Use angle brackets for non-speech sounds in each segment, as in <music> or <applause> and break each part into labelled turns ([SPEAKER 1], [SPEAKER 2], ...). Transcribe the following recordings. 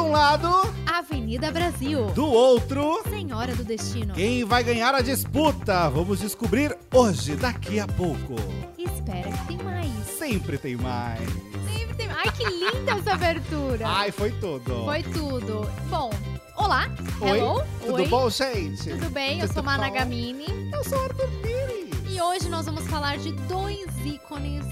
[SPEAKER 1] um lado,
[SPEAKER 2] Avenida Brasil.
[SPEAKER 1] do outro,
[SPEAKER 2] Senhora do Destino.
[SPEAKER 1] quem vai ganhar a disputa? Vamos descobrir hoje, daqui a pouco.
[SPEAKER 2] Espera que tem mais.
[SPEAKER 1] Sempre tem mais.
[SPEAKER 2] Sempre tem... Ai, que linda essa abertura.
[SPEAKER 1] Ai, foi tudo.
[SPEAKER 2] Foi tudo. Bom, olá.
[SPEAKER 1] Oi,
[SPEAKER 2] Hello.
[SPEAKER 1] Tudo
[SPEAKER 2] Oi.
[SPEAKER 1] bom, gente?
[SPEAKER 2] Tudo bem? Eu
[SPEAKER 1] Tudo
[SPEAKER 2] sou
[SPEAKER 1] bom?
[SPEAKER 2] Managamini.
[SPEAKER 1] Eu sou Arthur Pires.
[SPEAKER 2] E hoje nós vamos falar de dois ícones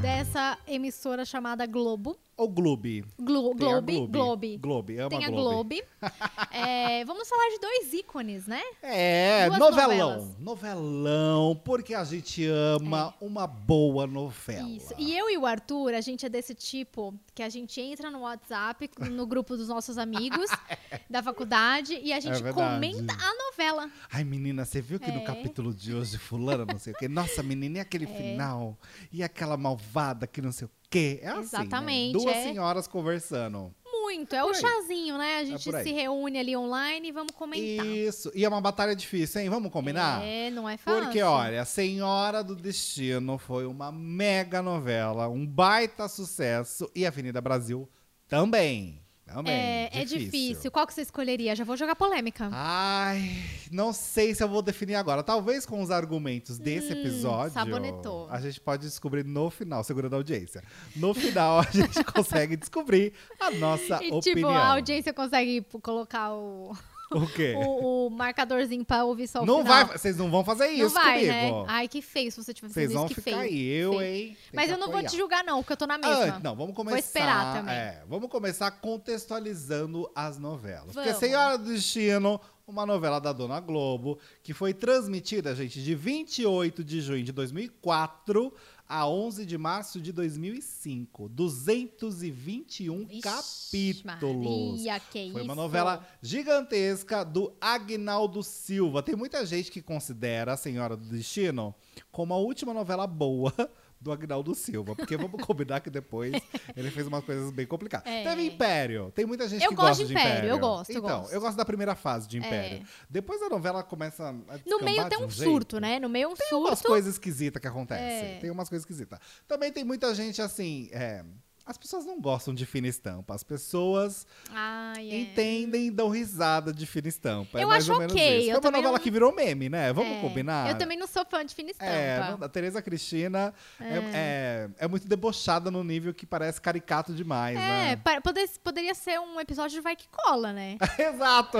[SPEAKER 2] dessa emissora chamada Globo.
[SPEAKER 1] O Globe.
[SPEAKER 2] Glo
[SPEAKER 1] Tem a
[SPEAKER 2] Globe.
[SPEAKER 1] Globe.
[SPEAKER 2] Globe.
[SPEAKER 1] Globe, ama
[SPEAKER 2] Tem a
[SPEAKER 1] Globe.
[SPEAKER 2] Globe.
[SPEAKER 1] <laughs>
[SPEAKER 2] É, vamos falar de dois ícones, né?
[SPEAKER 1] É,
[SPEAKER 2] Duas
[SPEAKER 1] novelão.
[SPEAKER 2] novelas. É.
[SPEAKER 1] Novelão, porque a gente ama uma boa novela.
[SPEAKER 2] Isso. E eu e o Arthur, a gente é desse tipo que a gente entra no WhatsApp, no grupo dos
[SPEAKER 1] <laughs>
[SPEAKER 2] nossos amigos da faculdade, e a gente
[SPEAKER 1] É verdade.
[SPEAKER 2] comenta a novela.
[SPEAKER 1] Ai, menina, você viu que no
[SPEAKER 2] É.
[SPEAKER 1] capítulo de hoje, fulana, não sei o quê. Nossa, menina, e
[SPEAKER 2] <laughs>
[SPEAKER 1] aquele final? E aquela malvada que não sei o quê? É assim, né?
[SPEAKER 2] Exatamente,
[SPEAKER 1] Duas
[SPEAKER 2] é.
[SPEAKER 1] senhoras conversando.
[SPEAKER 2] Muito. É
[SPEAKER 1] por
[SPEAKER 2] o
[SPEAKER 1] aí. É
[SPEAKER 2] chazinho, né? A gente
[SPEAKER 1] por aí.
[SPEAKER 2] se reúne ali online e vamos comentar.
[SPEAKER 1] Isso. E é uma batalha difícil, hein? Vamos combinar?
[SPEAKER 2] É, não é fácil.
[SPEAKER 1] Porque, olha, Senhora do Destino foi uma mega novela, um baita sucesso. E Avenida Brasil também. Também.
[SPEAKER 2] É, é difícil. Qual que você escolheria? Já vou jogar polêmica.
[SPEAKER 1] Ai, não sei se eu vou definir agora. Talvez com os argumentos desse
[SPEAKER 2] Hum,
[SPEAKER 1] episódio.
[SPEAKER 2] sabonetou.
[SPEAKER 1] A gente pode descobrir no final, segurando a audiência. No final, a <laughs> gente consegue descobrir a nossa
[SPEAKER 2] <laughs> e,
[SPEAKER 1] Ah, opinião.
[SPEAKER 2] tipo, a audiência consegue pô, colocar o,
[SPEAKER 1] O quê?
[SPEAKER 2] o, o marcadorzinho pra ouvir só o
[SPEAKER 1] Não
[SPEAKER 2] final.
[SPEAKER 1] vai, vocês não vão fazer
[SPEAKER 2] Não
[SPEAKER 1] isso
[SPEAKER 2] vai,
[SPEAKER 1] comigo.
[SPEAKER 2] né? Ai, que feio se você tiver
[SPEAKER 1] Vocês
[SPEAKER 2] fazendo isso,
[SPEAKER 1] vão
[SPEAKER 2] que
[SPEAKER 1] ficar
[SPEAKER 2] feio.
[SPEAKER 1] aí, eu,
[SPEAKER 2] feio.
[SPEAKER 1] hein? Tem
[SPEAKER 2] Mas
[SPEAKER 1] que
[SPEAKER 2] eu não vou
[SPEAKER 1] apoiar.
[SPEAKER 2] te julgar, não, porque eu tô na
[SPEAKER 1] Ah,
[SPEAKER 2] mesma.
[SPEAKER 1] não, vamos começar.
[SPEAKER 2] esperar também.
[SPEAKER 1] é, vamos começar contextualizando as novelas. Porque
[SPEAKER 2] Vamos.
[SPEAKER 1] Senhora do Destino, uma novela da Dona Globo, que foi transmitida, gente, de 28 de junho de 2004 a 11 de março de 2005. 221
[SPEAKER 2] Vixe,
[SPEAKER 1] capítulos.
[SPEAKER 2] Maria, que
[SPEAKER 1] Foi uma
[SPEAKER 2] isso.
[SPEAKER 1] novela gigantesca do Agnaldo Silva. Tem muita gente que considera A Senhora do Destino como a última novela boa <laughs> do Agnaldo Silva. Porque vamos <laughs> combinar que depois ele fez umas coisas bem complicadas.
[SPEAKER 2] É.
[SPEAKER 1] Teve Império. Tem muita gente
[SPEAKER 2] Eu
[SPEAKER 1] que
[SPEAKER 2] gosto
[SPEAKER 1] gosta de
[SPEAKER 2] de Império,
[SPEAKER 1] Império.
[SPEAKER 2] eu gosto, eu
[SPEAKER 1] Então,
[SPEAKER 2] gosto.
[SPEAKER 1] eu gosto da primeira fase de
[SPEAKER 2] É.
[SPEAKER 1] Império. Depois a novela começa a
[SPEAKER 2] No
[SPEAKER 1] descambar
[SPEAKER 2] meio
[SPEAKER 1] de
[SPEAKER 2] tem um
[SPEAKER 1] jeito.
[SPEAKER 2] surto, né? No meio um
[SPEAKER 1] Tem umas
[SPEAKER 2] surto.
[SPEAKER 1] coisas esquisitas que acontecem.
[SPEAKER 2] É.
[SPEAKER 1] Tem umas coisas esquisitas. Também tem muita gente assim. é, as pessoas não gostam de fina estampa. As pessoas
[SPEAKER 2] Ai, é.
[SPEAKER 1] entendem e dão risada de fina estampa. é
[SPEAKER 2] Eu
[SPEAKER 1] mais
[SPEAKER 2] acho
[SPEAKER 1] ou menos
[SPEAKER 2] ok,
[SPEAKER 1] Isso.
[SPEAKER 2] eu
[SPEAKER 1] Foi uma
[SPEAKER 2] também
[SPEAKER 1] novela
[SPEAKER 2] não-
[SPEAKER 1] que virou meme, né? Vamos
[SPEAKER 2] É.
[SPEAKER 1] combinar.
[SPEAKER 2] Eu também não sou fã de fina estampa.
[SPEAKER 1] É, não dá. Tereza Cristina é. É, é muito debochada no nível que parece caricato demais,
[SPEAKER 2] É,
[SPEAKER 1] né?
[SPEAKER 2] pa- poder- poderia ser um episódio de Vai Que Cola, né? <laughs>
[SPEAKER 1] <laughs> Exato!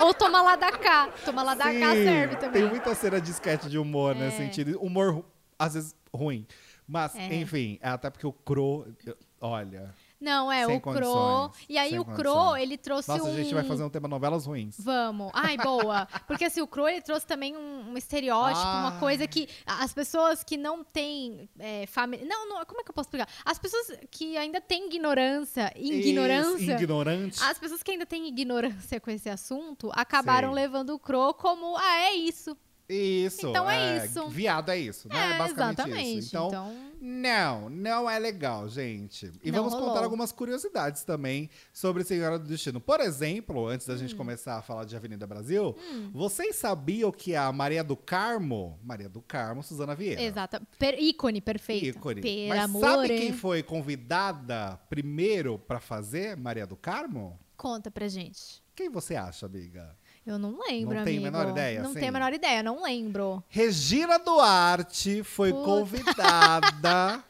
[SPEAKER 2] Ou Toma Lá da Cá. Toma Lá da Cá
[SPEAKER 1] Sim,
[SPEAKER 2] serve
[SPEAKER 1] Tem
[SPEAKER 2] também.
[SPEAKER 1] muita cena de sketch de humor nesse sentido. Humor, ru- às vezes, ruim. Mas,
[SPEAKER 2] É.
[SPEAKER 1] enfim, é até porque o Cro. eu- Olha.
[SPEAKER 2] Não, é
[SPEAKER 1] Sem
[SPEAKER 2] o Cro.
[SPEAKER 1] condições,
[SPEAKER 2] E aí
[SPEAKER 1] sem
[SPEAKER 2] o Cro,
[SPEAKER 1] condições.
[SPEAKER 2] ele trouxe
[SPEAKER 1] Nossa,
[SPEAKER 2] um...
[SPEAKER 1] a gente vai fazer um tema novelas ruins.
[SPEAKER 2] Vamos. Ai, boa. Porque assim, o Crow ele trouxe também um, um estereótipo, uma
[SPEAKER 1] Ai.
[SPEAKER 2] coisa que a- as pessoas que não têm é, família. Não, não, como é que eu posso explicar? As pessoas que ainda têm ignorância, ignorância. Ah,
[SPEAKER 1] Isso, Ignorante.
[SPEAKER 2] As pessoas que ainda têm ignorância com esse assunto acabaram
[SPEAKER 1] Sim.
[SPEAKER 2] levando o Crow como, ah, é isso.
[SPEAKER 1] Isso.
[SPEAKER 2] Então é isso.
[SPEAKER 1] Viado é isso, né? É, basicamente
[SPEAKER 2] exatamente.
[SPEAKER 1] isso. Então, não, não é legal, gente. E
[SPEAKER 2] Não
[SPEAKER 1] vamos
[SPEAKER 2] rolou.
[SPEAKER 1] contar algumas curiosidades também sobre Senhora do Destino. Por exemplo, antes da
[SPEAKER 2] Hum.
[SPEAKER 1] gente começar a falar de Avenida Brasil, vocês sabiam que a Maria do Carmo, Maria do Carmo, Suzana Vieira.
[SPEAKER 2] Exato. Per- ícone, perfeito.
[SPEAKER 1] Ícone.
[SPEAKER 2] Per
[SPEAKER 1] Mas
[SPEAKER 2] amor.
[SPEAKER 1] sabe quem foi convidada primeiro pra fazer Maria do Carmo?
[SPEAKER 2] Conta pra gente.
[SPEAKER 1] Quem você acha, amiga?
[SPEAKER 2] Eu não lembro,
[SPEAKER 1] Não tem a
[SPEAKER 2] amigo.
[SPEAKER 1] menor ideia,
[SPEAKER 2] Não
[SPEAKER 1] assim?
[SPEAKER 2] tenho a menor ideia, não lembro.
[SPEAKER 1] Regina Duarte foi
[SPEAKER 2] Puta. <laughs>
[SPEAKER 1] convidada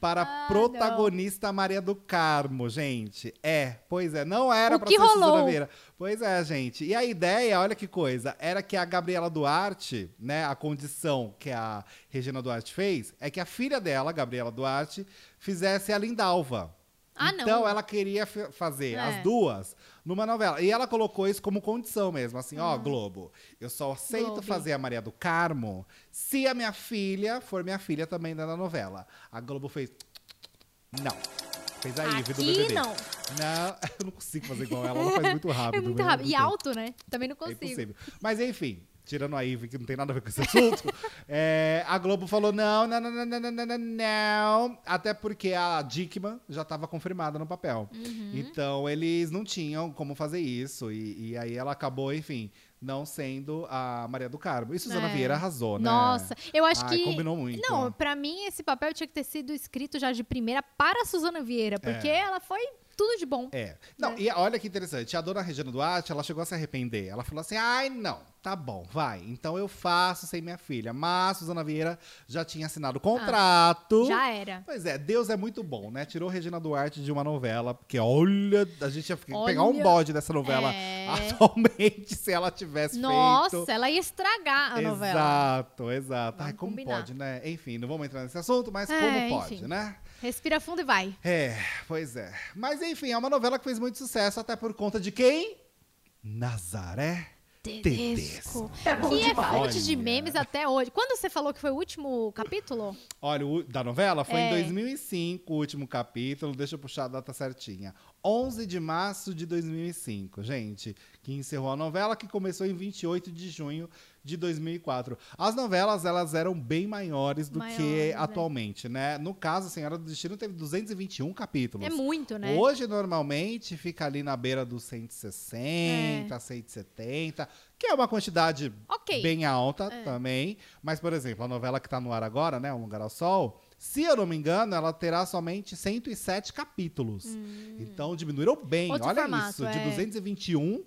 [SPEAKER 1] para
[SPEAKER 2] Ah,
[SPEAKER 1] protagonista Maria do Carmo, gente. É, pois é, não era
[SPEAKER 2] O
[SPEAKER 1] para
[SPEAKER 2] que
[SPEAKER 1] ser Suzana
[SPEAKER 2] rolou?
[SPEAKER 1] Vieira. Pois é, gente. E a ideia, olha que coisa, era que a Gabriela Duarte, né, a condição que a Regina Duarte fez é que a filha dela, Gabriela Duarte, fizesse a Lindalva.
[SPEAKER 2] Ah, não.
[SPEAKER 1] Então ela queria fe- fazer
[SPEAKER 2] É.
[SPEAKER 1] as duas numa novela. E ela colocou isso como condição mesmo, assim, ó, Globo, eu só aceito
[SPEAKER 2] Ah. Globo.
[SPEAKER 1] fazer a Maria do Carmo se a minha filha for minha filha também dentro da novela. A Globo fez. Não. Fez a Ive é do
[SPEAKER 2] Aqui
[SPEAKER 1] BBB.
[SPEAKER 2] não.
[SPEAKER 1] Não, <laughs> eu não consigo fazer igual ela, ela faz muito rápido.
[SPEAKER 2] <laughs> É muito
[SPEAKER 1] né?
[SPEAKER 2] rápido. E
[SPEAKER 1] Não tem.
[SPEAKER 2] alto, né? Também não
[SPEAKER 1] É
[SPEAKER 2] consigo.
[SPEAKER 1] impossível. Mas enfim, tirando a Ivy, que não tem nada a ver com esse assunto, <laughs> é, a Globo falou: não, não, não, não, não, não, não, não, não. Até porque a Dickman já estava confirmada no papel.
[SPEAKER 2] Uhum.
[SPEAKER 1] Então eles não tinham como fazer isso. E, e aí ela acabou, enfim, não sendo a Maria do Carmo. E Suzana
[SPEAKER 2] É.
[SPEAKER 1] Vieira arrasou, né?
[SPEAKER 2] Nossa, eu acho
[SPEAKER 1] Ai,
[SPEAKER 2] que.
[SPEAKER 1] combinou muito.
[SPEAKER 2] Não, pra mim esse papel tinha que ter sido escrito já de primeira para a Suzana Vieira, porque ela foi tudo de bom.
[SPEAKER 1] É. Não, e olha que interessante. A dona Regina Duarte, ela chegou a se arrepender. Ela falou assim: ai, não, tá bom, vai. Então eu faço sem minha filha. Mas Suzana Vieira já tinha assinado o contrato.
[SPEAKER 2] Ah, Já era.
[SPEAKER 1] Pois é, Deus é muito bom, né? Tirou Regina Duarte de uma novela, porque olha, a gente ia ficar- pegar um
[SPEAKER 2] Olha,
[SPEAKER 1] bode dessa novela
[SPEAKER 2] é.
[SPEAKER 1] <laughs> atualmente se ela tivesse
[SPEAKER 2] Nossa,
[SPEAKER 1] feito.
[SPEAKER 2] ela ia estragar a novela.
[SPEAKER 1] Exato, exato. Ai,
[SPEAKER 2] Vamos
[SPEAKER 1] como
[SPEAKER 2] combinar.
[SPEAKER 1] pode, né? Enfim, não vamos entrar nesse assunto, mas
[SPEAKER 2] É,
[SPEAKER 1] como
[SPEAKER 2] enfim.
[SPEAKER 1] pode, né?
[SPEAKER 2] Respira fundo e vai.
[SPEAKER 1] É, pois é. Mas enfim, é uma novela que fez muito sucesso, até por conta de quem? Nazaré. Tedesco.
[SPEAKER 2] Tedesco. que é fonte de
[SPEAKER 1] Olha.
[SPEAKER 2] memes até hoje. Quando você falou que foi o último capítulo?
[SPEAKER 1] Olha, o da novela foi em
[SPEAKER 2] É.
[SPEAKER 1] 2005, o último capítulo. Deixa eu puxar a data certinha. 11 de março de 2005, gente. Que encerrou a novela, que começou em 28 de junho de 2004. As novelas, elas eram bem maiores do que
[SPEAKER 2] Maiores, é.
[SPEAKER 1] atualmente, né? No caso, Senhora do Destino teve 221 capítulos.
[SPEAKER 2] É muito, né?
[SPEAKER 1] Hoje, normalmente, fica ali na beira dos 160, 170, que é uma quantidade
[SPEAKER 2] É. Ok. É.
[SPEAKER 1] bem alta também. Mas, por exemplo, a novela que tá no ar agora, né? Um Lugar ao Sol, se eu não me engano, ela terá somente 107 capítulos. Então, diminuíram bem.
[SPEAKER 2] Hum. Outro
[SPEAKER 1] Olha
[SPEAKER 2] formato,
[SPEAKER 1] isso, de
[SPEAKER 2] é.
[SPEAKER 1] 221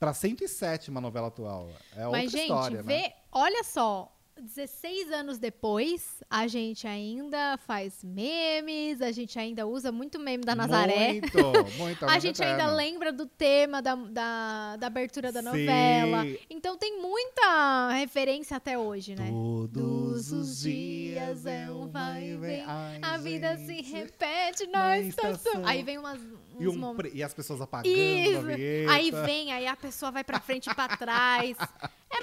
[SPEAKER 1] para 107 uma novela atual. É outra
[SPEAKER 2] Mas, gente,
[SPEAKER 1] história,
[SPEAKER 2] vê,
[SPEAKER 1] né?
[SPEAKER 2] olha só. 16 anos depois, a gente ainda faz memes, a gente ainda usa muito meme da Nazaré.
[SPEAKER 1] Muito,
[SPEAKER 2] <laughs>
[SPEAKER 1] muito.
[SPEAKER 2] A gente ainda
[SPEAKER 1] eterno.
[SPEAKER 2] lembra do tema da, da, da abertura da
[SPEAKER 1] Sim.
[SPEAKER 2] novela. Então tem muita referência até hoje, né?
[SPEAKER 1] Todos os dias é um vai e vem. Ai,
[SPEAKER 2] A vida se
[SPEAKER 1] gente.
[SPEAKER 2] repete
[SPEAKER 1] na
[SPEAKER 2] na estação.
[SPEAKER 1] estação.
[SPEAKER 2] Aí vem umas,
[SPEAKER 1] e,
[SPEAKER 2] uns
[SPEAKER 1] um
[SPEAKER 2] momentos.
[SPEAKER 1] pre- e as pessoas apagando a
[SPEAKER 2] Isso.
[SPEAKER 1] vinheta.
[SPEAKER 2] Aí vem, aí a pessoa vai pra frente e pra trás. É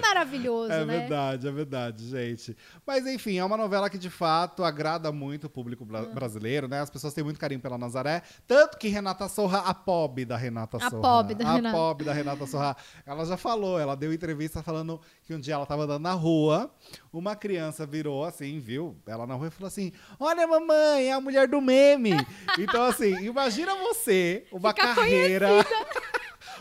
[SPEAKER 1] <laughs>
[SPEAKER 2] maravilhoso,
[SPEAKER 1] É
[SPEAKER 2] né?
[SPEAKER 1] verdade, é verdade, gente. Mas enfim, é uma novela que de fato agrada muito o público bra-
[SPEAKER 2] Hum.
[SPEAKER 1] brasileiro, né? As pessoas têm muito carinho pela Nazaré. Tanto que Renata Sorra, a pobre da Renata
[SPEAKER 2] A
[SPEAKER 1] Sorra.
[SPEAKER 2] pobre da
[SPEAKER 1] a
[SPEAKER 2] Renata.
[SPEAKER 1] pobre da Renata Sorra. Ela já falou, ela deu entrevista falando que um dia ela tava andando na rua, uma criança virou assim, viu? Ela na rua e falou assim: Olha, mamãe, é a mulher do meme. então, assim, imagina você, uma
[SPEAKER 2] Ficar
[SPEAKER 1] carreira.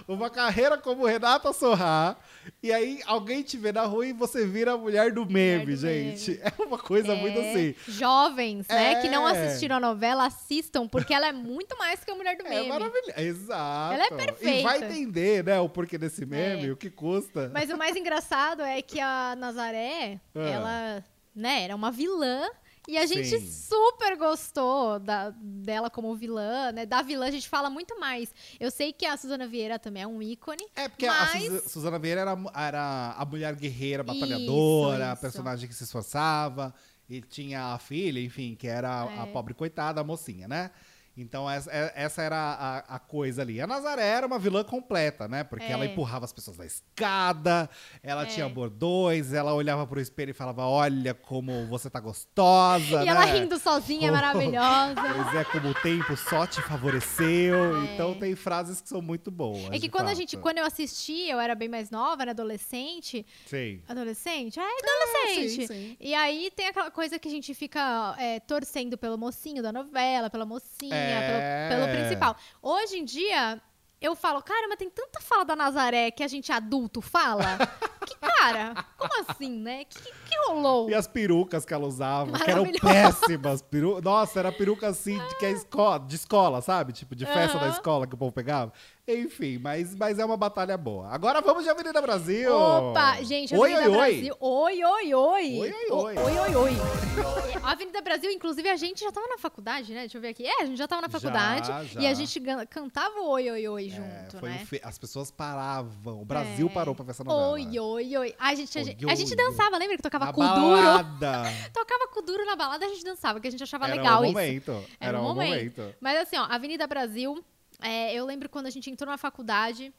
[SPEAKER 1] Uma carreira como Renata Sorra. E aí alguém te vê na rua e você vira a mulher do meme,
[SPEAKER 2] do
[SPEAKER 1] gente. <laughs> É uma coisa muito
[SPEAKER 2] É.
[SPEAKER 1] assim.
[SPEAKER 2] Jovens, né, que não
[SPEAKER 1] É.
[SPEAKER 2] assistiram a novela, assistam, porque ela é muito mais que a mulher do
[SPEAKER 1] É
[SPEAKER 2] meme.
[SPEAKER 1] maravilhoso. Exato.
[SPEAKER 2] Ela é perfeita.
[SPEAKER 1] E vai entender, né, o porquê desse meme,
[SPEAKER 2] É.
[SPEAKER 1] o que custa.
[SPEAKER 2] Mas o mais engraçado é que a Nazaré,
[SPEAKER 1] É.
[SPEAKER 2] ela, né, era uma vilã. E a gente
[SPEAKER 1] Sim.
[SPEAKER 2] super gostou da- dela como vilã, né? Da vilã a gente fala muito mais. Eu sei que a Suzana Vieira também é um ícone.
[SPEAKER 1] É porque a
[SPEAKER 2] Mas-
[SPEAKER 1] Suza- Suzana Vieira era, mu- era a mulher guerreira, batalhadora,
[SPEAKER 2] Isso,
[SPEAKER 1] a
[SPEAKER 2] isso.
[SPEAKER 1] personagem que se esforçava. E tinha a filha, enfim, que era a- a
[SPEAKER 2] É.
[SPEAKER 1] pobre coitada, a mocinha, né? Então essa, é- essa era a, a coisa ali. A Nazaré era uma vilã completa, né? Porque ela
[SPEAKER 2] É.
[SPEAKER 1] empurrava as pessoas da escada, ela
[SPEAKER 2] É.
[SPEAKER 1] tinha bordões, ela olhava pro espelho e falava: Olha como você tá gostosa. né?
[SPEAKER 2] e ela
[SPEAKER 1] <laughs>
[SPEAKER 2] rindo sozinha é maravilhosa.
[SPEAKER 1] Pois é, como o tempo só te favoreceu. Então tem frases que são muito boas.
[SPEAKER 2] É que
[SPEAKER 1] de
[SPEAKER 2] quando a
[SPEAKER 1] fato.
[SPEAKER 2] gente, quando eu assisti, eu era bem mais nova, era adolescente.
[SPEAKER 1] Sim.
[SPEAKER 2] Adolescente? É, adolescente.
[SPEAKER 1] Ah, sim, sim.
[SPEAKER 2] E aí tem aquela coisa que a gente fica é, torcendo pelo mocinho da novela, pela mocinha,
[SPEAKER 1] É.
[SPEAKER 2] pelo, pelo principal. Hoje em dia, eu falo, caramba, tem tanta fala da Nazaré que a gente adulto fala. <laughs> que cara, como assim, né? Que, que rolou?
[SPEAKER 1] E as perucas que ela usava, que eram
[SPEAKER 2] Maravilhosa.
[SPEAKER 1] péssimas. Peru... Nossa, era peruca assim, de, que é escola, de escola, sabe? Tipo, de festa da
[SPEAKER 2] Aham.
[SPEAKER 1] escola que o povo pegava. Enfim, mas, mas é uma batalha boa. Agora vamos de Avenida Brasil!
[SPEAKER 2] Opa, gente,
[SPEAKER 1] oi,
[SPEAKER 2] Avenida
[SPEAKER 1] oi,
[SPEAKER 2] Brasil. Oi, oi,
[SPEAKER 1] Oi,
[SPEAKER 2] oi.
[SPEAKER 1] oi,
[SPEAKER 2] O-
[SPEAKER 1] oi.
[SPEAKER 2] Oi, oi, <laughs> oi. A Avenida Brasil, inclusive, a gente já tava na faculdade, né? Deixa eu ver aqui. É, a gente já tava na faculdade.
[SPEAKER 1] Já,
[SPEAKER 2] E
[SPEAKER 1] já.
[SPEAKER 2] a gente gan- cantava o oi, oi, oi
[SPEAKER 1] Oi. É,
[SPEAKER 2] junto,
[SPEAKER 1] foi
[SPEAKER 2] né?
[SPEAKER 1] um fe- As pessoas paravam. O Brasil
[SPEAKER 2] É.
[SPEAKER 1] parou pra ver essa novela. né?
[SPEAKER 2] Oi, oi, oi. A gente, a,
[SPEAKER 1] Oi,
[SPEAKER 2] gente, a gente
[SPEAKER 1] oi,
[SPEAKER 2] dançava, lembra que tocava
[SPEAKER 1] Na
[SPEAKER 2] Kuduro? <laughs>
[SPEAKER 1] balada.
[SPEAKER 2] Tocava Kuduro na balada, a gente dançava, que a gente achava
[SPEAKER 1] Era
[SPEAKER 2] legal
[SPEAKER 1] um
[SPEAKER 2] isso.
[SPEAKER 1] momento. Era, um momento.
[SPEAKER 2] Mas assim, ó, Avenida Brasil, é, eu lembro quando a gente entrou na faculdade,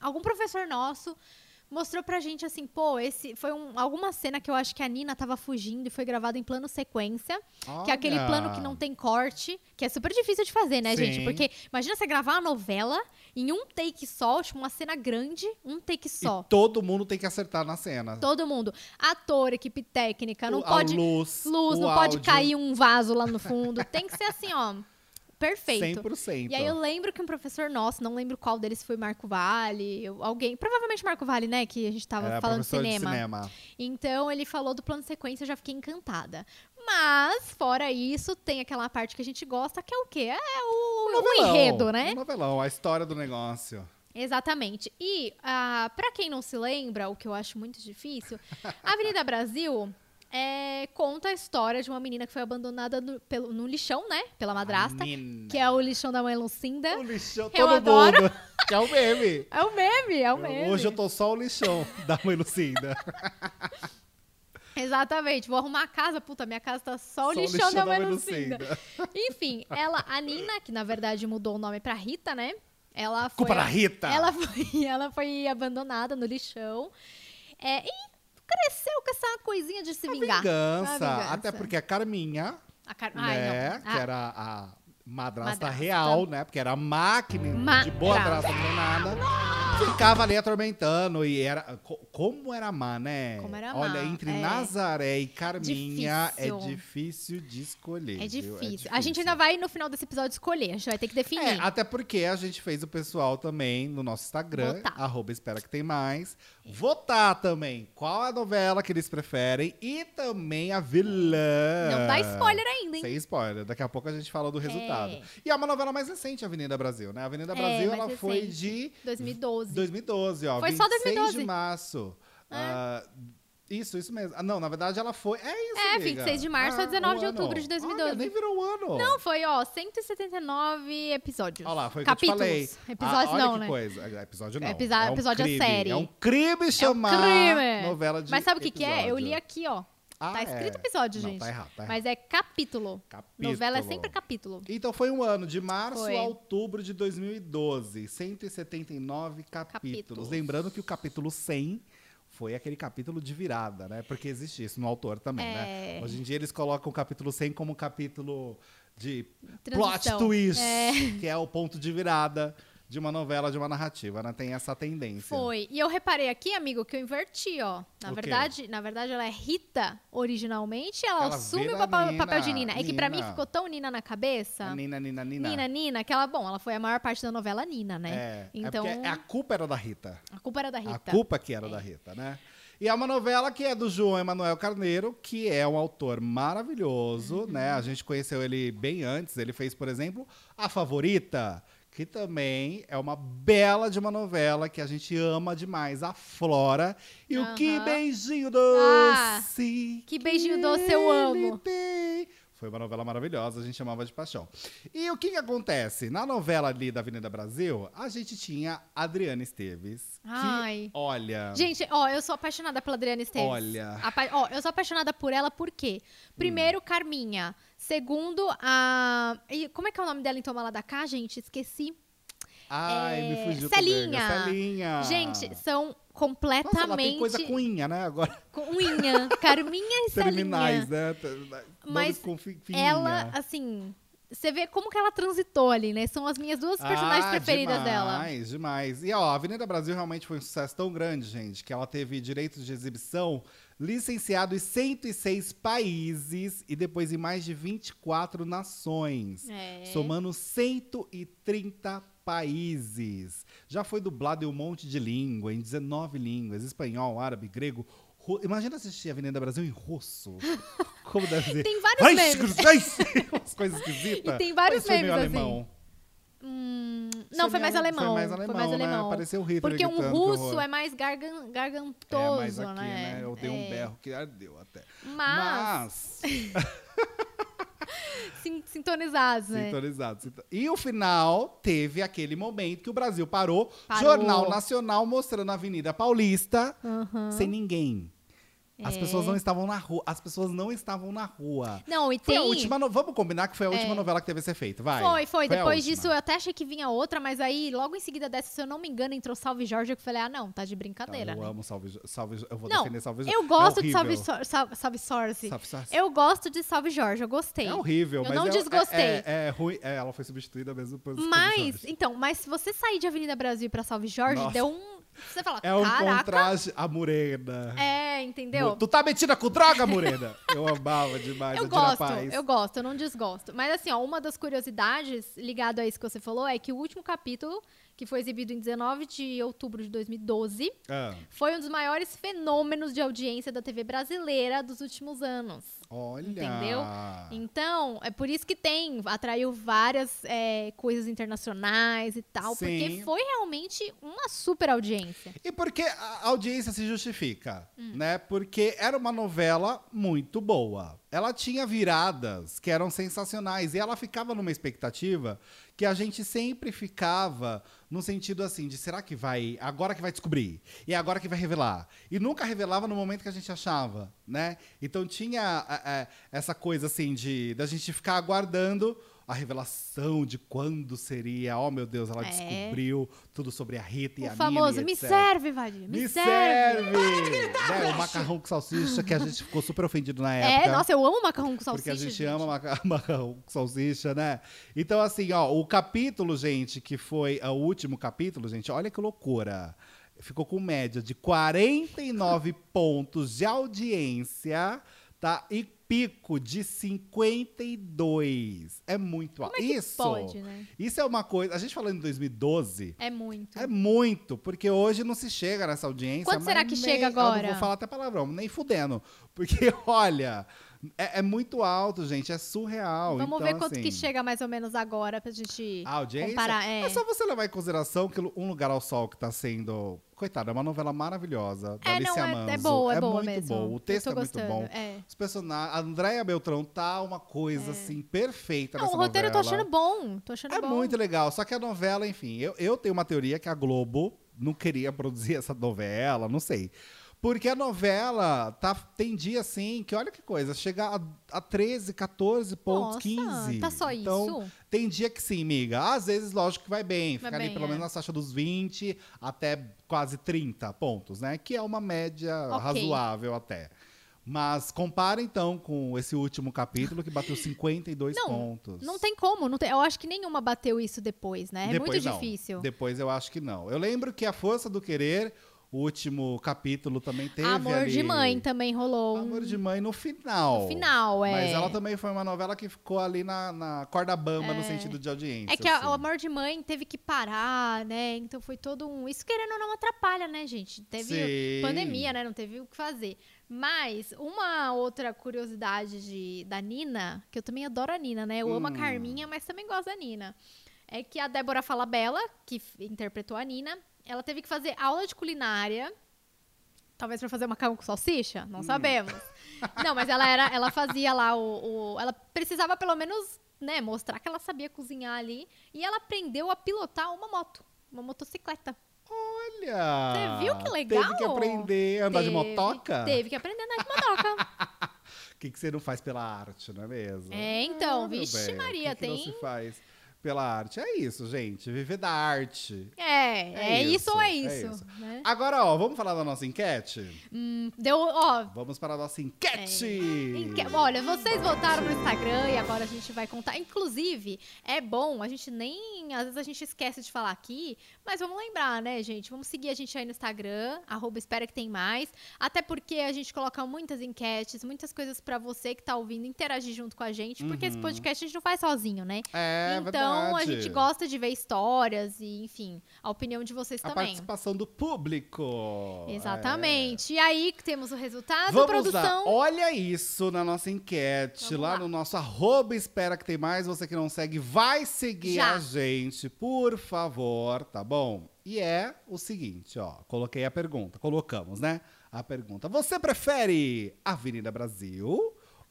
[SPEAKER 2] algum professor nosso mostrou pra gente assim, pô, esse foi um- alguma cena que eu acho que a Nina tava fugindo e foi gravada em plano sequência. Que é aquele
[SPEAKER 1] Olha.
[SPEAKER 2] plano que não tem corte, que é super difícil de fazer, né,
[SPEAKER 1] Sim.
[SPEAKER 2] gente? Porque imagina você gravar uma novela em um take só, tipo uma cena grande, um take só.
[SPEAKER 1] E todo mundo tem que acertar na cena.
[SPEAKER 2] Todo mundo. Ator, equipe técnica, não
[SPEAKER 1] O- a
[SPEAKER 2] pode.
[SPEAKER 1] luz,
[SPEAKER 2] luz,
[SPEAKER 1] o
[SPEAKER 2] não
[SPEAKER 1] áudio,
[SPEAKER 2] pode cair um vaso lá no fundo. Tem que ser assim, ó. Perfeito.
[SPEAKER 1] 100%.
[SPEAKER 2] é E aí eu lembro que um professor nosso, não lembro qual deles foi Marco Vale, eu- alguém, provavelmente Marco Vale, né, que a gente tava
[SPEAKER 1] Era
[SPEAKER 2] falando de
[SPEAKER 1] É, professor
[SPEAKER 2] cinema.
[SPEAKER 1] De cinema.
[SPEAKER 2] Então ele falou do plano sequência, eu já fiquei encantada. Mas, fora isso, tem aquela parte que a gente gosta, que é o quê? É o um enredo, né?
[SPEAKER 1] Um novelão, a história do negócio.
[SPEAKER 2] Exatamente. E, ah, para quem não se lembra, o que eu acho muito difícil, a Avenida Brasil é, conta a história de uma menina que foi abandonada no, pelo, no lixão, né? Pela madrasta,
[SPEAKER 1] Menina.
[SPEAKER 2] que é o lixão da mãe Lucinda.
[SPEAKER 1] O lixão,
[SPEAKER 2] Eu
[SPEAKER 1] todo
[SPEAKER 2] adoro.
[SPEAKER 1] mundo. Que é o meme.
[SPEAKER 2] É o meme, é o meme. É
[SPEAKER 1] Hoje eu tô só o lixão <laughs> da mãe Lucinda.
[SPEAKER 2] Exatamente, vou arrumar a casa, puta, minha casa tá só o
[SPEAKER 1] Só o
[SPEAKER 2] lixão,
[SPEAKER 1] lixão
[SPEAKER 2] da
[SPEAKER 1] da
[SPEAKER 2] mãe
[SPEAKER 1] mãe
[SPEAKER 2] Lucinda. Enfim, ela, a Nina, que na verdade mudou o nome pra Rita, né? Ela foi.
[SPEAKER 1] Culpa da Rita.
[SPEAKER 2] Ela foi, <laughs> ela foi abandonada no lixão. É, e cresceu com essa coisinha de se
[SPEAKER 1] Tá
[SPEAKER 2] vingar.
[SPEAKER 1] vingança.
[SPEAKER 2] A vingança.
[SPEAKER 1] Até porque a Carminha,
[SPEAKER 2] A Car... Ai,
[SPEAKER 1] né?
[SPEAKER 2] não.
[SPEAKER 1] Que
[SPEAKER 2] Ah,
[SPEAKER 1] era a madrasta,
[SPEAKER 2] Madrasta.
[SPEAKER 1] real, né? Porque era a máquina
[SPEAKER 2] Ma-
[SPEAKER 1] de boa
[SPEAKER 2] era-
[SPEAKER 1] madrasta treinada. Ficava ali atormentando e era. co- Como era má, né?
[SPEAKER 2] Como era má,
[SPEAKER 1] Olha, entre
[SPEAKER 2] é.
[SPEAKER 1] Nazaré e Carminha
[SPEAKER 2] Difícil.
[SPEAKER 1] é difícil de escolher.
[SPEAKER 2] é,
[SPEAKER 1] viu?
[SPEAKER 2] difícil. A gente ainda vai, no final desse episódio, escolher. A gente vai ter que
[SPEAKER 1] É,
[SPEAKER 2] definir.
[SPEAKER 1] até porque a gente fez o pessoal também no nosso Instagram,
[SPEAKER 2] Votar.
[SPEAKER 1] arroba espera que tem mais, votar também qual a novela que eles preferem e também a vilã.
[SPEAKER 2] Não dá spoiler ainda, hein?
[SPEAKER 1] Sem spoiler, daqui a pouco a gente fala do resultado.
[SPEAKER 2] É.
[SPEAKER 1] E é uma novela mais recente, Avenida Brasil, né? A Avenida
[SPEAKER 2] É,
[SPEAKER 1] Brasil,
[SPEAKER 2] mais
[SPEAKER 1] ela foi
[SPEAKER 2] recente.
[SPEAKER 1] de
[SPEAKER 2] 2012.
[SPEAKER 1] 2012, ó.
[SPEAKER 2] Foi só
[SPEAKER 1] 26
[SPEAKER 2] 2012.
[SPEAKER 1] de março.
[SPEAKER 2] É.
[SPEAKER 1] Ah, isso, isso mesmo. Ah, não, na verdade ela foi. É isso,
[SPEAKER 2] É,
[SPEAKER 1] amiga.
[SPEAKER 2] 26 de março a
[SPEAKER 1] Ah,
[SPEAKER 2] 19 de
[SPEAKER 1] ano.
[SPEAKER 2] outubro de 2012.
[SPEAKER 1] Olha, nem virou um ano.
[SPEAKER 2] Não, foi, ó, 179 episódios.
[SPEAKER 1] Olha lá, foi o que eu te
[SPEAKER 2] Capítulos.
[SPEAKER 1] falei.
[SPEAKER 2] Episódios
[SPEAKER 1] Ah, olha
[SPEAKER 2] não,
[SPEAKER 1] que
[SPEAKER 2] né?
[SPEAKER 1] coisa. Episódio não.
[SPEAKER 2] Episa-
[SPEAKER 1] é um
[SPEAKER 2] episódio é
[SPEAKER 1] crime.
[SPEAKER 2] série.
[SPEAKER 1] É um crime chamar
[SPEAKER 2] crime.
[SPEAKER 1] novela de
[SPEAKER 2] Mas sabe o que, que é? Eu
[SPEAKER 1] episódio.
[SPEAKER 2] li aqui, ó.
[SPEAKER 1] Ah,
[SPEAKER 2] tá
[SPEAKER 1] é.
[SPEAKER 2] escrito episódio,
[SPEAKER 1] Não,
[SPEAKER 2] gente.
[SPEAKER 1] tá errado, tá errado.
[SPEAKER 2] Mas é capítulo.
[SPEAKER 1] Capítulo.
[SPEAKER 2] Novela é sempre capítulo.
[SPEAKER 1] Então foi um ano, de março
[SPEAKER 2] Foi.
[SPEAKER 1] a outubro de 2012. 179 capítulos.
[SPEAKER 2] Capítulos.
[SPEAKER 1] Lembrando que o capítulo 100 foi aquele capítulo de virada, né? Porque existe isso no autor também, né?
[SPEAKER 2] É.
[SPEAKER 1] Hoje em dia eles colocam o capítulo 100 como capítulo de plot
[SPEAKER 2] Transição.
[SPEAKER 1] twist,
[SPEAKER 2] É.
[SPEAKER 1] que é o ponto de virada de uma novela, de uma narrativa, né? Tem essa tendência.
[SPEAKER 2] Foi. E eu reparei aqui, amigo, que eu inverti, ó. Na
[SPEAKER 1] O quê?
[SPEAKER 2] verdade, na verdade, ela é Rita originalmente, ela,
[SPEAKER 1] Ela
[SPEAKER 2] assume
[SPEAKER 1] vira
[SPEAKER 2] o papel,
[SPEAKER 1] Nina.
[SPEAKER 2] papel de Nina. É que pra mim
[SPEAKER 1] Nina.
[SPEAKER 2] ficou tão Nina na cabeça.
[SPEAKER 1] A É Nina, Nina, Nina.
[SPEAKER 2] Nina, né? Nina, que ela, bom, ela foi a maior parte da novela Nina, né?
[SPEAKER 1] É,
[SPEAKER 2] então,
[SPEAKER 1] é porque a culpa era da Rita.
[SPEAKER 2] a culpa era da Rita. É.
[SPEAKER 1] A culpa que era da Rita, né? E é uma novela que é do João Emanuel Carneiro, que é um autor maravilhoso,
[SPEAKER 2] Uhum.
[SPEAKER 1] né? A gente conheceu ele bem antes. Ele fez, por exemplo, A Favorita, que também é uma bela de uma novela que a gente ama demais. A Flora e o Que
[SPEAKER 2] Aham.
[SPEAKER 1] Beijinho
[SPEAKER 2] Ah,
[SPEAKER 1] Doce.
[SPEAKER 2] Que Beijinho Doce eu
[SPEAKER 1] ele
[SPEAKER 2] amo.
[SPEAKER 1] tem. Foi uma novela maravilhosa, a gente chamava de paixão. E o que, que acontece? Na novela ali da Avenida Brasil, a gente tinha a Adriana Esteves. que,
[SPEAKER 2] Ai.
[SPEAKER 1] olha.
[SPEAKER 2] Gente, ó, eu sou apaixonada pela Adriana Esteves.
[SPEAKER 1] Olha. Hum.
[SPEAKER 2] Apa- ó, eu sou apaixonada por ela por quê? Primeiro, Carminha. Segundo, a. e como é que é o nome dela em Toma Lá da Cá, gente? Esqueci.
[SPEAKER 1] ai,
[SPEAKER 2] é,
[SPEAKER 1] me fugiu
[SPEAKER 2] Celinha.
[SPEAKER 1] também, Celinha.
[SPEAKER 2] Gente,
[SPEAKER 1] Nossa,
[SPEAKER 2] são
[SPEAKER 1] ela tem
[SPEAKER 2] completamente.
[SPEAKER 1] coisa com inha, né?
[SPEAKER 2] <laughs>
[SPEAKER 1] Agora,
[SPEAKER 2] com unha. Carminha e
[SPEAKER 1] terminais,
[SPEAKER 2] Celinha.
[SPEAKER 1] né? Ter-
[SPEAKER 2] Mas
[SPEAKER 1] nomes com fi- finha.
[SPEAKER 2] Ela, assim. Você vê como que ela transitou ali, né? São as minhas duas personagens
[SPEAKER 1] Ah,
[SPEAKER 2] preferidas dela.
[SPEAKER 1] Demais, demais. E ó, a Avenida Brasil realmente foi um sucesso tão grande, gente, que ela teve direitos de exibição licenciado em 106 países e depois em mais de 24 nações.
[SPEAKER 2] É.
[SPEAKER 1] somando 130 países. Já foi dublado em um monte de língua, em 19 línguas: espanhol, árabe, grego. ru- Imagina assistir Avenida Brasil em
[SPEAKER 2] <laughs>
[SPEAKER 1] russo. Como deve ser?
[SPEAKER 2] Tem vários
[SPEAKER 1] Ai,
[SPEAKER 2] memes.
[SPEAKER 1] cruz- <laughs> ai, umas coisas esquisitas.
[SPEAKER 2] E tem
[SPEAKER 1] Mas
[SPEAKER 2] vários
[SPEAKER 1] foi
[SPEAKER 2] memes,
[SPEAKER 1] meio
[SPEAKER 2] assim.
[SPEAKER 1] alemão.
[SPEAKER 2] Hum, não, foi
[SPEAKER 1] meio
[SPEAKER 2] mais
[SPEAKER 1] ale-
[SPEAKER 2] alemão.
[SPEAKER 1] um- Foi mais alemão, né? Pareceu o Hitler
[SPEAKER 2] Porque um
[SPEAKER 1] gritando, que
[SPEAKER 2] russo
[SPEAKER 1] horror.
[SPEAKER 2] é mais gargan- gargantoso,
[SPEAKER 1] É, mas aqui,
[SPEAKER 2] né?
[SPEAKER 1] né? Eu dei um
[SPEAKER 2] É. Ah,
[SPEAKER 1] berro que ardeu até.
[SPEAKER 2] Mas, <laughs> sin- sintonizados, né?
[SPEAKER 1] Sintonizado. sinto- E o final teve aquele momento que o Brasil parou,
[SPEAKER 2] Parou.
[SPEAKER 1] Jornal Nacional mostrando a Avenida Paulista
[SPEAKER 2] Aham.
[SPEAKER 1] sem ninguém. As
[SPEAKER 2] É.
[SPEAKER 1] pessoas não estavam na rua. As pessoas não estavam na rua.
[SPEAKER 2] Não, e
[SPEAKER 1] Foi
[SPEAKER 2] tem...
[SPEAKER 1] a última. no- Vamos combinar que foi a última
[SPEAKER 2] É.
[SPEAKER 1] novela que teve esse efeito. Vai.
[SPEAKER 2] Foi, foi.
[SPEAKER 1] a
[SPEAKER 2] Depois
[SPEAKER 1] última.
[SPEAKER 2] disso, é eu até achei que vinha outra, mas aí, logo em seguida dessa, se eu não me engano, entrou Salve Jorge, que eu falei, ah, não, tá de
[SPEAKER 1] Tá,
[SPEAKER 2] brincadeira,
[SPEAKER 1] eu
[SPEAKER 2] né?
[SPEAKER 1] amo Salve, Salve Eu vou
[SPEAKER 2] Não,
[SPEAKER 1] defender Salve
[SPEAKER 2] Eu
[SPEAKER 1] É
[SPEAKER 2] gosto de Salve,
[SPEAKER 1] horrível.
[SPEAKER 2] Sor- Sal- Salve Sorge.
[SPEAKER 1] Salve Sorge.
[SPEAKER 2] Eu gosto de Salve Jorge, eu gostei.
[SPEAKER 1] É horrível.
[SPEAKER 2] Eu
[SPEAKER 1] mas
[SPEAKER 2] não
[SPEAKER 1] é- é-
[SPEAKER 2] desgostei.
[SPEAKER 1] É, é ruim. É, ela foi substituída mesmo por
[SPEAKER 2] Mas, então, mas se você sair de Avenida Brasil pra Salve Jorge,
[SPEAKER 1] Nossa.
[SPEAKER 2] deu um... Você fala,
[SPEAKER 1] É um
[SPEAKER 2] caraca,
[SPEAKER 1] contraste à morena.
[SPEAKER 2] É, entendeu?
[SPEAKER 1] Tu tá metida com droga, morena? eu amava demais
[SPEAKER 2] Eu
[SPEAKER 1] a Dina
[SPEAKER 2] gosto,
[SPEAKER 1] Paz.
[SPEAKER 2] eu gosto, eu não desgosto. Mas assim, ó, uma das curiosidades ligado a isso que você falou é que o último capítulo, que foi exibido em 19 de outubro de 2012,
[SPEAKER 1] Ah,
[SPEAKER 2] foi um dos maiores fenômenos de audiência da TV brasileira dos últimos anos.
[SPEAKER 1] Olha.
[SPEAKER 2] Entendeu?
[SPEAKER 1] Ah.
[SPEAKER 2] Então, é por isso que tem, atraiu várias é, coisas internacionais e tal,
[SPEAKER 1] Sim.
[SPEAKER 2] porque foi realmente uma super audiência.
[SPEAKER 1] E por que a audiência se justifica, né? Porque era uma novela muito boa. Ela tinha viradas que eram sensacionais e ela ficava numa expectativa que a gente sempre ficava no sentido assim de será que vai agora que vai descobrir e agora que vai revelar e nunca revelava no momento que a gente achava, né? Então tinha é, é, essa coisa assim de da gente ficar aguardando a revelação de quando seria, oh meu Deus, ela
[SPEAKER 2] É.
[SPEAKER 1] descobriu tudo sobre a Rita e
[SPEAKER 2] o
[SPEAKER 1] a
[SPEAKER 2] famoso,
[SPEAKER 1] Mimi,
[SPEAKER 2] me
[SPEAKER 1] etc.
[SPEAKER 2] serve, Vadir, me, serve. tá
[SPEAKER 1] Né, o macarrão com salsicha, que a gente ficou super ofendido na
[SPEAKER 2] É,
[SPEAKER 1] época.
[SPEAKER 2] nossa, eu amo macarrão com salsicha.
[SPEAKER 1] Porque a gente, ama maca- <laughs> macarrão com salsicha, né? Então, assim, ó, o capítulo, gente, que foi ó, o último capítulo, gente, olha que loucura. Ficou com média de
[SPEAKER 2] <laughs>
[SPEAKER 1] 49 pontos de audiência, tá? E pico de 52. É muito
[SPEAKER 2] Como é
[SPEAKER 1] alto.
[SPEAKER 2] que
[SPEAKER 1] Isso.
[SPEAKER 2] pode, né?
[SPEAKER 1] Isso é uma coisa. A gente falando em 2012,
[SPEAKER 2] É muito.
[SPEAKER 1] é muito, porque hoje não se chega nessa audiência.
[SPEAKER 2] Quanto
[SPEAKER 1] mas
[SPEAKER 2] será que
[SPEAKER 1] nem-
[SPEAKER 2] chega
[SPEAKER 1] Eu não
[SPEAKER 2] agora?
[SPEAKER 1] vou falar até palavrão, nem fudendo. Porque, <laughs> olha, é, é muito alto, gente, é surreal.
[SPEAKER 2] Vamos
[SPEAKER 1] Então,
[SPEAKER 2] ver quanto
[SPEAKER 1] assim,
[SPEAKER 2] que chega mais ou menos agora pra gente
[SPEAKER 1] A audiência.
[SPEAKER 2] comparar.
[SPEAKER 1] É.
[SPEAKER 2] É,
[SPEAKER 1] só você levar em consideração que Um Lugar ao Sol que tá sendo. Coitada, é uma novela maravilhosa. Da
[SPEAKER 2] é
[SPEAKER 1] Alicia
[SPEAKER 2] não,
[SPEAKER 1] Manso.
[SPEAKER 2] é, é boa, é, boa
[SPEAKER 1] muito
[SPEAKER 2] mesmo.
[SPEAKER 1] bom. O
[SPEAKER 2] Eu
[SPEAKER 1] texto
[SPEAKER 2] tô
[SPEAKER 1] é muito
[SPEAKER 2] gostando,
[SPEAKER 1] bom.
[SPEAKER 2] É.
[SPEAKER 1] Os personagens. A Andréia Beltrão tá uma coisa, assim, perfeita
[SPEAKER 2] Não,
[SPEAKER 1] nessa
[SPEAKER 2] o roteiro eu tô
[SPEAKER 1] novela.
[SPEAKER 2] achando bom. Tô achando
[SPEAKER 1] É
[SPEAKER 2] bom.
[SPEAKER 1] muito legal. Só que a novela, enfim, eu, eu tenho uma teoria que a Globo não queria produzir essa novela, não sei. Porque a novela tá, tem dia assim que, olha que coisa, chega a, a 13, 14 pontos,
[SPEAKER 2] Nossa,
[SPEAKER 1] 15.
[SPEAKER 2] Tá só
[SPEAKER 1] então,
[SPEAKER 2] isso?
[SPEAKER 1] Tem dia que sim, miga. Às vezes, lógico que vai bem. Fica
[SPEAKER 2] Vai
[SPEAKER 1] ali
[SPEAKER 2] bem,
[SPEAKER 1] pelo
[SPEAKER 2] é.
[SPEAKER 1] menos na faixa dos 20 até quase 30 pontos, né? Que é uma média
[SPEAKER 2] Ok.
[SPEAKER 1] razoável até. Mas compara então com esse último capítulo que bateu 52
[SPEAKER 2] Não,
[SPEAKER 1] pontos.
[SPEAKER 2] Não tem como. Não tem, eu acho que nenhuma bateu isso depois, né? É
[SPEAKER 1] Depois
[SPEAKER 2] muito
[SPEAKER 1] não.
[SPEAKER 2] difícil.
[SPEAKER 1] Depois eu acho que não. Eu lembro que A Força do Querer, o último capítulo também teve
[SPEAKER 2] Amor de
[SPEAKER 1] ali-
[SPEAKER 2] Mãe também rolou. um-
[SPEAKER 1] Amor de Mãe no final.
[SPEAKER 2] No final, é.
[SPEAKER 1] Mas ela também foi uma novela que ficou ali na, na corda bamba no sentido de audiência.
[SPEAKER 2] É que a-
[SPEAKER 1] assim.
[SPEAKER 2] o Amor de Mãe teve que parar, né? Então foi todo um. Isso querendo ou não atrapalha, né, gente? Teve
[SPEAKER 1] Sim.
[SPEAKER 2] pandemia, né? Não teve o que fazer. Mas uma outra curiosidade de, da Nina, que eu também adoro a Nina, né? Eu amo a
[SPEAKER 1] Hum.
[SPEAKER 2] Carminha, mas também gosto da Nina. É que a Débora Falabella, que f- interpretou a Nina, ela teve que fazer aula de culinária. Talvez pra fazer macarrão com salsicha?
[SPEAKER 1] Hum.
[SPEAKER 2] Não
[SPEAKER 1] <laughs>
[SPEAKER 2] sabemos. Não, mas ela era, ela fazia lá o, o- Ela precisava pelo menos, né, mostrar que ela sabia cozinhar ali. E ela aprendeu a pilotar uma moto, uma motocicleta.
[SPEAKER 1] Olha!
[SPEAKER 2] Você viu que legal?
[SPEAKER 1] Teve que aprender a andar de
[SPEAKER 2] Teve-
[SPEAKER 1] motoca?
[SPEAKER 2] Teve que aprender a andar de motoca.
[SPEAKER 1] O que, que você não faz pela arte, não é mesmo?
[SPEAKER 2] É, então,
[SPEAKER 1] meu
[SPEAKER 2] vixe
[SPEAKER 1] bem, o
[SPEAKER 2] Maria,
[SPEAKER 1] que que
[SPEAKER 2] tem-
[SPEAKER 1] não se faz pela arte. É isso, gente. Viver da arte.
[SPEAKER 2] é, é,
[SPEAKER 1] É
[SPEAKER 2] isso, ou é
[SPEAKER 1] isso,
[SPEAKER 2] isso?
[SPEAKER 1] é isso.
[SPEAKER 2] né?
[SPEAKER 1] Agora, ó, vamos falar da nossa enquete?
[SPEAKER 2] Deu, ó.
[SPEAKER 1] Vamos para a nossa enquete!
[SPEAKER 2] É, enque- Olha, vocês voltaram pro Instagram e agora a gente vai contar. Inclusive, é bom, a gente nem. Às vezes a gente esquece de falar aqui, mas vamos lembrar, né, gente? Vamos seguir a gente aí no Instagram, arroba espera que tem mais. Até porque a gente coloca muitas enquetes, muitas coisas pra você que tá ouvindo interagir junto com a gente, porque esse
[SPEAKER 1] Uhum.
[SPEAKER 2] podcast a gente não faz sozinho, né?
[SPEAKER 1] É,
[SPEAKER 2] então a
[SPEAKER 1] verdade.
[SPEAKER 2] gente gosta de ver histórias e, enfim, a opinião de vocês
[SPEAKER 1] A
[SPEAKER 2] também.
[SPEAKER 1] participação do público.
[SPEAKER 2] Exatamente. E aí que temos o
[SPEAKER 1] É.
[SPEAKER 2] resultado,
[SPEAKER 1] Vamos lá,
[SPEAKER 2] produção.
[SPEAKER 1] olha isso na nossa enquete,
[SPEAKER 2] Vamos
[SPEAKER 1] lá,
[SPEAKER 2] lá.
[SPEAKER 1] no nosso arroba espera que tem mais, você que não segue, vai seguir
[SPEAKER 2] Já.
[SPEAKER 1] a gente, por favor, tá bom? E é o seguinte, ó, coloquei a pergunta, colocamos, né? A pergunta, você prefere Avenida Brasil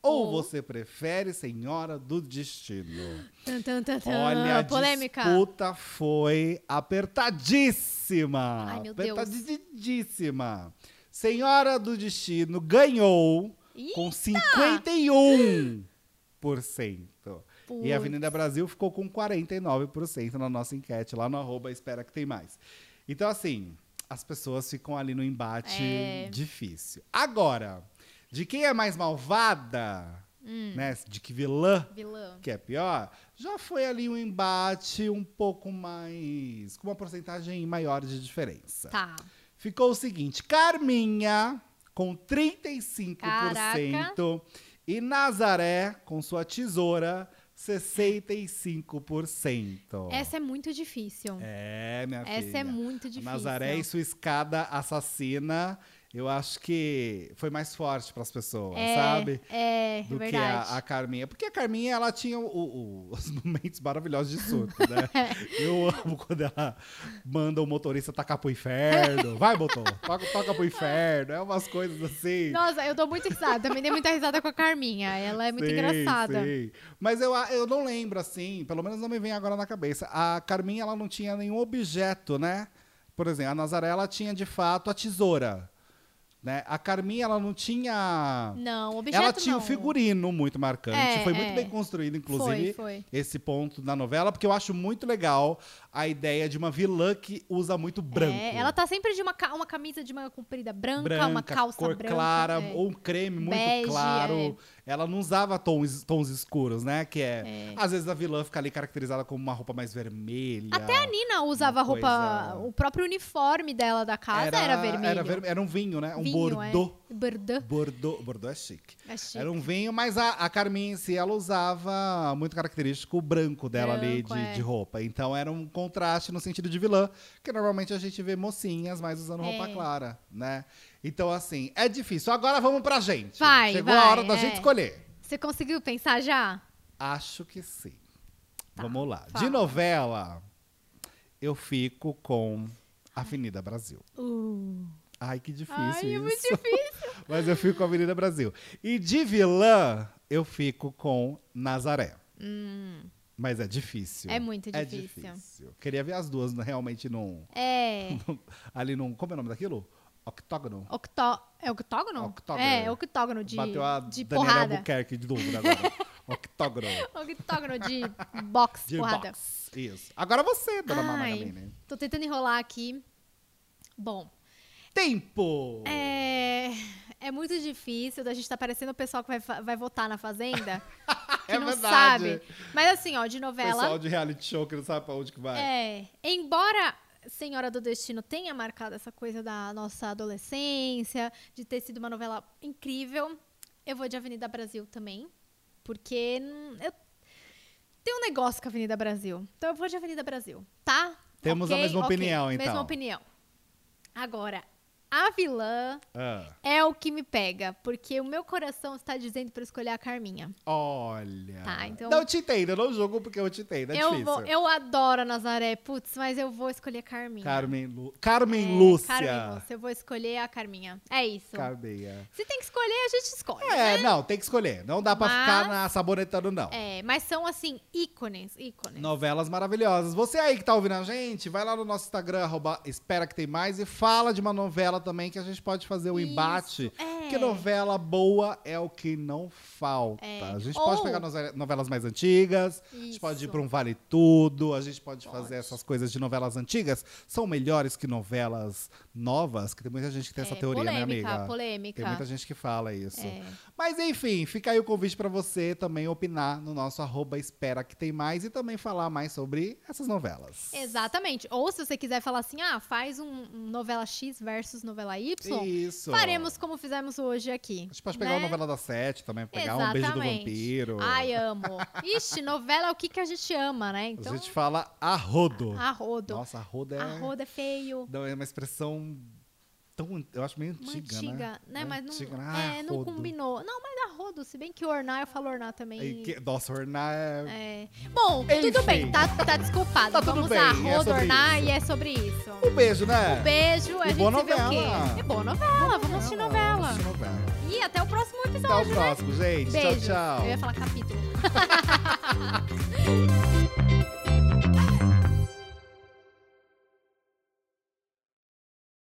[SPEAKER 1] ou
[SPEAKER 2] Ou-
[SPEAKER 1] você prefere Senhora do Destino?
[SPEAKER 2] Tan, tan, tan, tan.
[SPEAKER 1] Olha, a
[SPEAKER 2] polêmica.
[SPEAKER 1] disputa foi apertadíssima.
[SPEAKER 2] Ai, meu Deus.
[SPEAKER 1] apertadíssima. Senhora do Destino ganhou
[SPEAKER 2] Ih,
[SPEAKER 1] com 51%. E a
[SPEAKER 2] putz.
[SPEAKER 1] Avenida Brasil ficou com 49% na nossa enquete, lá no arroba espera que tem mais. Então, assim, as pessoas ficam ali no embate
[SPEAKER 2] É.
[SPEAKER 1] difícil. Agora, de quem é mais malvada,
[SPEAKER 2] Hum.
[SPEAKER 1] né? De que vilã
[SPEAKER 2] vilã.
[SPEAKER 1] que é pior, já foi ali um embate um pouco mais. com uma porcentagem maior de diferença.
[SPEAKER 2] Tá.
[SPEAKER 1] Ficou o seguinte: Carminha com 35%
[SPEAKER 2] Caraca.
[SPEAKER 1] e Nazaré com sua tesoura 65%.
[SPEAKER 2] Essa é muito difícil.
[SPEAKER 1] é, minha
[SPEAKER 2] Essa
[SPEAKER 1] filha.
[SPEAKER 2] é muito
[SPEAKER 1] A
[SPEAKER 2] difícil.
[SPEAKER 1] Nazaré e sua escada assassina eu acho que foi mais forte para as pessoas,
[SPEAKER 2] É,
[SPEAKER 1] sabe?
[SPEAKER 2] É,
[SPEAKER 1] Do que
[SPEAKER 2] verdade.
[SPEAKER 1] a, a Carminha. Porque a Carminha, ela tinha o- o- os <laughs> momentos maravilhosos de surto,
[SPEAKER 2] <laughs>
[SPEAKER 1] né? Eu amo quando ela manda o motorista tacar pro inferno. Vai, motor, toca, toca pro inferno. É umas coisas assim.
[SPEAKER 2] Nossa, eu dou muita risada. Também dei muita risada com a Carminha. Ela é muito
[SPEAKER 1] Sei,
[SPEAKER 2] engraçada.
[SPEAKER 1] sei. Mas eu, eu não lembro, assim, pelo menos não me vem agora na cabeça. A Carminha, ela não tinha nenhum objeto, né? Por exemplo, a Nazaré, ela tinha, de fato, a tesoura. Né? A Carminha, ela não tinha...
[SPEAKER 2] Não, objeto
[SPEAKER 1] ela tinha
[SPEAKER 2] não.
[SPEAKER 1] um figurino muito marcante.
[SPEAKER 2] É,
[SPEAKER 1] foi muito
[SPEAKER 2] é.
[SPEAKER 1] bem construído,
[SPEAKER 2] Foi,
[SPEAKER 1] inclusive,
[SPEAKER 2] foi.
[SPEAKER 1] esse ponto da novela, porque eu acho muito legal a ideia de uma vilã que usa muito branco.
[SPEAKER 2] É, ela tá sempre de uma, ca- uma camisa de manga comprida branca, uma calça
[SPEAKER 1] cor
[SPEAKER 2] branca.
[SPEAKER 1] clara,
[SPEAKER 2] é.
[SPEAKER 1] ou um creme muito
[SPEAKER 2] Bege, é.
[SPEAKER 1] claro. Ela não usava tons, tons escuros, né? Que é, Às vezes a vilã fica ali caracterizada como uma roupa mais vermelha.
[SPEAKER 2] Até a Nina usava
[SPEAKER 1] Uma
[SPEAKER 2] roupa.
[SPEAKER 1] coisa-
[SPEAKER 2] O próprio uniforme dela da casa era, vermelho.
[SPEAKER 1] Era, verme- era um vinho, né? Um
[SPEAKER 2] Vinho,
[SPEAKER 1] bordô.
[SPEAKER 2] É. Bordeaux.
[SPEAKER 1] Bordô. Bordô é chique.
[SPEAKER 2] É chique.
[SPEAKER 1] Era um vinho, mas a, a Carminha em si, ela usava muito característico o branco dela ali
[SPEAKER 2] Branco,
[SPEAKER 1] de,
[SPEAKER 2] é.
[SPEAKER 1] de roupa. Então era um contraste no sentido de vilã, que normalmente a gente vê mocinhas mais usando roupa
[SPEAKER 2] É.
[SPEAKER 1] clara, né? Então, assim, é difícil. Agora vamos pra gente.
[SPEAKER 2] Vai,
[SPEAKER 1] Chegou
[SPEAKER 2] vai,
[SPEAKER 1] a hora da
[SPEAKER 2] é.
[SPEAKER 1] gente escolher.
[SPEAKER 2] Você conseguiu pensar já?
[SPEAKER 1] Acho que sim.
[SPEAKER 2] Tá,
[SPEAKER 1] Vamos lá.
[SPEAKER 2] fala.
[SPEAKER 1] De novela, eu fico com Avenida Brasil. Ai, que difícil
[SPEAKER 2] Ai,
[SPEAKER 1] isso. <laughs>
[SPEAKER 2] é muito difícil.
[SPEAKER 1] Mas eu fico com Avenida Brasil. E de vilã, eu fico com Nazaré. Mas é difícil.
[SPEAKER 2] Hum. É muito difícil.
[SPEAKER 1] difícil. Queria ver as duas né, realmente num.
[SPEAKER 2] É.
[SPEAKER 1] Ali num. Como é o nome daquilo? Octógono.
[SPEAKER 2] Octó... É octógono?
[SPEAKER 1] Octógono.
[SPEAKER 2] É, octógono de,
[SPEAKER 1] Bateu a
[SPEAKER 2] de
[SPEAKER 1] Daniela
[SPEAKER 2] porrada.
[SPEAKER 1] Albuquerque de dúvida
[SPEAKER 2] <laughs>
[SPEAKER 1] agora. Octógono. <laughs>
[SPEAKER 2] Octógono de box,
[SPEAKER 1] De
[SPEAKER 2] porrada.
[SPEAKER 1] box. Isso. Agora você, dona
[SPEAKER 2] Ai,
[SPEAKER 1] Magalhães.
[SPEAKER 2] tô tentando enrolar aqui. Bom,
[SPEAKER 1] Tempo!
[SPEAKER 2] é, é muito difícil. A gente tá parecendo o pessoal que vai, fa- vai votar na
[SPEAKER 1] <laughs>
[SPEAKER 2] Fazenda. que
[SPEAKER 1] É
[SPEAKER 2] não
[SPEAKER 1] verdade.
[SPEAKER 2] sabe. Mas assim, ó, de novela.
[SPEAKER 1] Pessoal de reality show que não sabe pra onde que vai.
[SPEAKER 2] É, embora Senhora do Destino tenha marcado essa coisa da nossa adolescência, de ter sido uma novela incrível, eu vou de Avenida Brasil também, porque hum, eu tenho um negócio com a Avenida Brasil. Então eu vou de Avenida Brasil, tá?
[SPEAKER 1] Temos a
[SPEAKER 2] Ok,
[SPEAKER 1] mesma
[SPEAKER 2] ok,
[SPEAKER 1] opinião, então.
[SPEAKER 2] Mesma opinião. Agora, a vilã
[SPEAKER 1] Ah,
[SPEAKER 2] é o que me pega, porque o meu coração está dizendo para escolher a Carminha.
[SPEAKER 1] olha.
[SPEAKER 2] Tá, então-
[SPEAKER 1] Não eu te entendo, eu não jogo porque eu te entendo. É
[SPEAKER 2] eu,
[SPEAKER 1] difícil.
[SPEAKER 2] vou, eu adoro a Nazaré, putz, mas eu vou escolher a Carminha.
[SPEAKER 1] Carmen, Lu... Carmen
[SPEAKER 2] É,
[SPEAKER 1] Lúcia.
[SPEAKER 2] Carmen Lúcia. Eu vou escolher a Carminha. É isso.
[SPEAKER 1] Carminha.
[SPEAKER 2] Se tem que escolher, a gente escolhe.
[SPEAKER 1] É, não, tem que escolher. Não dá pra
[SPEAKER 2] Mas-
[SPEAKER 1] ficar na sabonetando, não.
[SPEAKER 2] É, mas são assim, ícones, ícones.
[SPEAKER 1] Novelas maravilhosas. Você aí que tá ouvindo a gente, vai lá no nosso Instagram, arroba espera que tem mais, e fala de uma novela também que a gente pode fazer o
[SPEAKER 2] Isso,
[SPEAKER 1] embate.
[SPEAKER 2] é.
[SPEAKER 1] Que novela boa é o que não falta.
[SPEAKER 2] É.
[SPEAKER 1] A gente
[SPEAKER 2] Ou-
[SPEAKER 1] pode pegar noze- novelas mais antigas, a gente
[SPEAKER 2] Isso.
[SPEAKER 1] pode ir pra um Vale Tudo, a gente pode,
[SPEAKER 2] Pode.
[SPEAKER 1] fazer essas coisas de novelas antigas. São melhores que novelas novas, que tem muita gente que tem essa
[SPEAKER 2] É,
[SPEAKER 1] teoria,
[SPEAKER 2] polêmica,
[SPEAKER 1] né, amiga?
[SPEAKER 2] Polêmica,
[SPEAKER 1] Tem muita gente que fala isso.
[SPEAKER 2] É.
[SPEAKER 1] Mas enfim, fica aí o convite pra você também opinar no nosso arroba espera que tem mais e também falar mais sobre essas novelas.
[SPEAKER 2] Exatamente. Ou se você quiser falar assim, ah, faz um, um novela X versus novela Y,
[SPEAKER 1] Isso.
[SPEAKER 2] faremos como fizemos hoje aqui.
[SPEAKER 1] A gente pode pegar
[SPEAKER 2] né?
[SPEAKER 1] uma novela da sete também, pegar um beijo do
[SPEAKER 2] Exatamente.
[SPEAKER 1] vampiro.
[SPEAKER 2] Ai, amo. Ixi, novela é o que, que a gente ama, né? Então,
[SPEAKER 1] A gente fala arrodo.
[SPEAKER 2] arrodo.
[SPEAKER 1] Nossa, arrodo é,
[SPEAKER 2] Arrodo é feio.
[SPEAKER 1] Não, é uma expressão tão. an- Eu acho meio
[SPEAKER 2] Uma
[SPEAKER 1] antiga, né?
[SPEAKER 2] antiga, né? Mas não,
[SPEAKER 1] Antiga, né?
[SPEAKER 2] é,
[SPEAKER 1] Ah,
[SPEAKER 2] não
[SPEAKER 1] rodo.
[SPEAKER 2] combinou. Não, mas a rodo, se bem que ornar, eu falo ornar também.
[SPEAKER 1] E que- Nossa, ornar é.
[SPEAKER 2] É. Bom, tudo
[SPEAKER 1] Enfim.
[SPEAKER 2] bem, tá, tá
[SPEAKER 1] <laughs>
[SPEAKER 2] desculpado.
[SPEAKER 1] Tá tudo
[SPEAKER 2] Vamos
[SPEAKER 1] bem,
[SPEAKER 2] a
[SPEAKER 1] é sobre
[SPEAKER 2] rodo, ornar
[SPEAKER 1] isso.
[SPEAKER 2] e é sobre isso.
[SPEAKER 1] Um beijo, né?
[SPEAKER 2] Beijo, a
[SPEAKER 1] E
[SPEAKER 2] gente
[SPEAKER 1] boa
[SPEAKER 2] se vê o
[SPEAKER 1] novela.
[SPEAKER 2] quê? É boa novela, vamos assistir novela.
[SPEAKER 1] Vamos assistir novela.
[SPEAKER 2] E até o próximo episódio. né?
[SPEAKER 1] Até o próximo, gente.
[SPEAKER 2] Beijo.
[SPEAKER 1] Tchau, tchau.
[SPEAKER 2] Eu ia falar capítulo.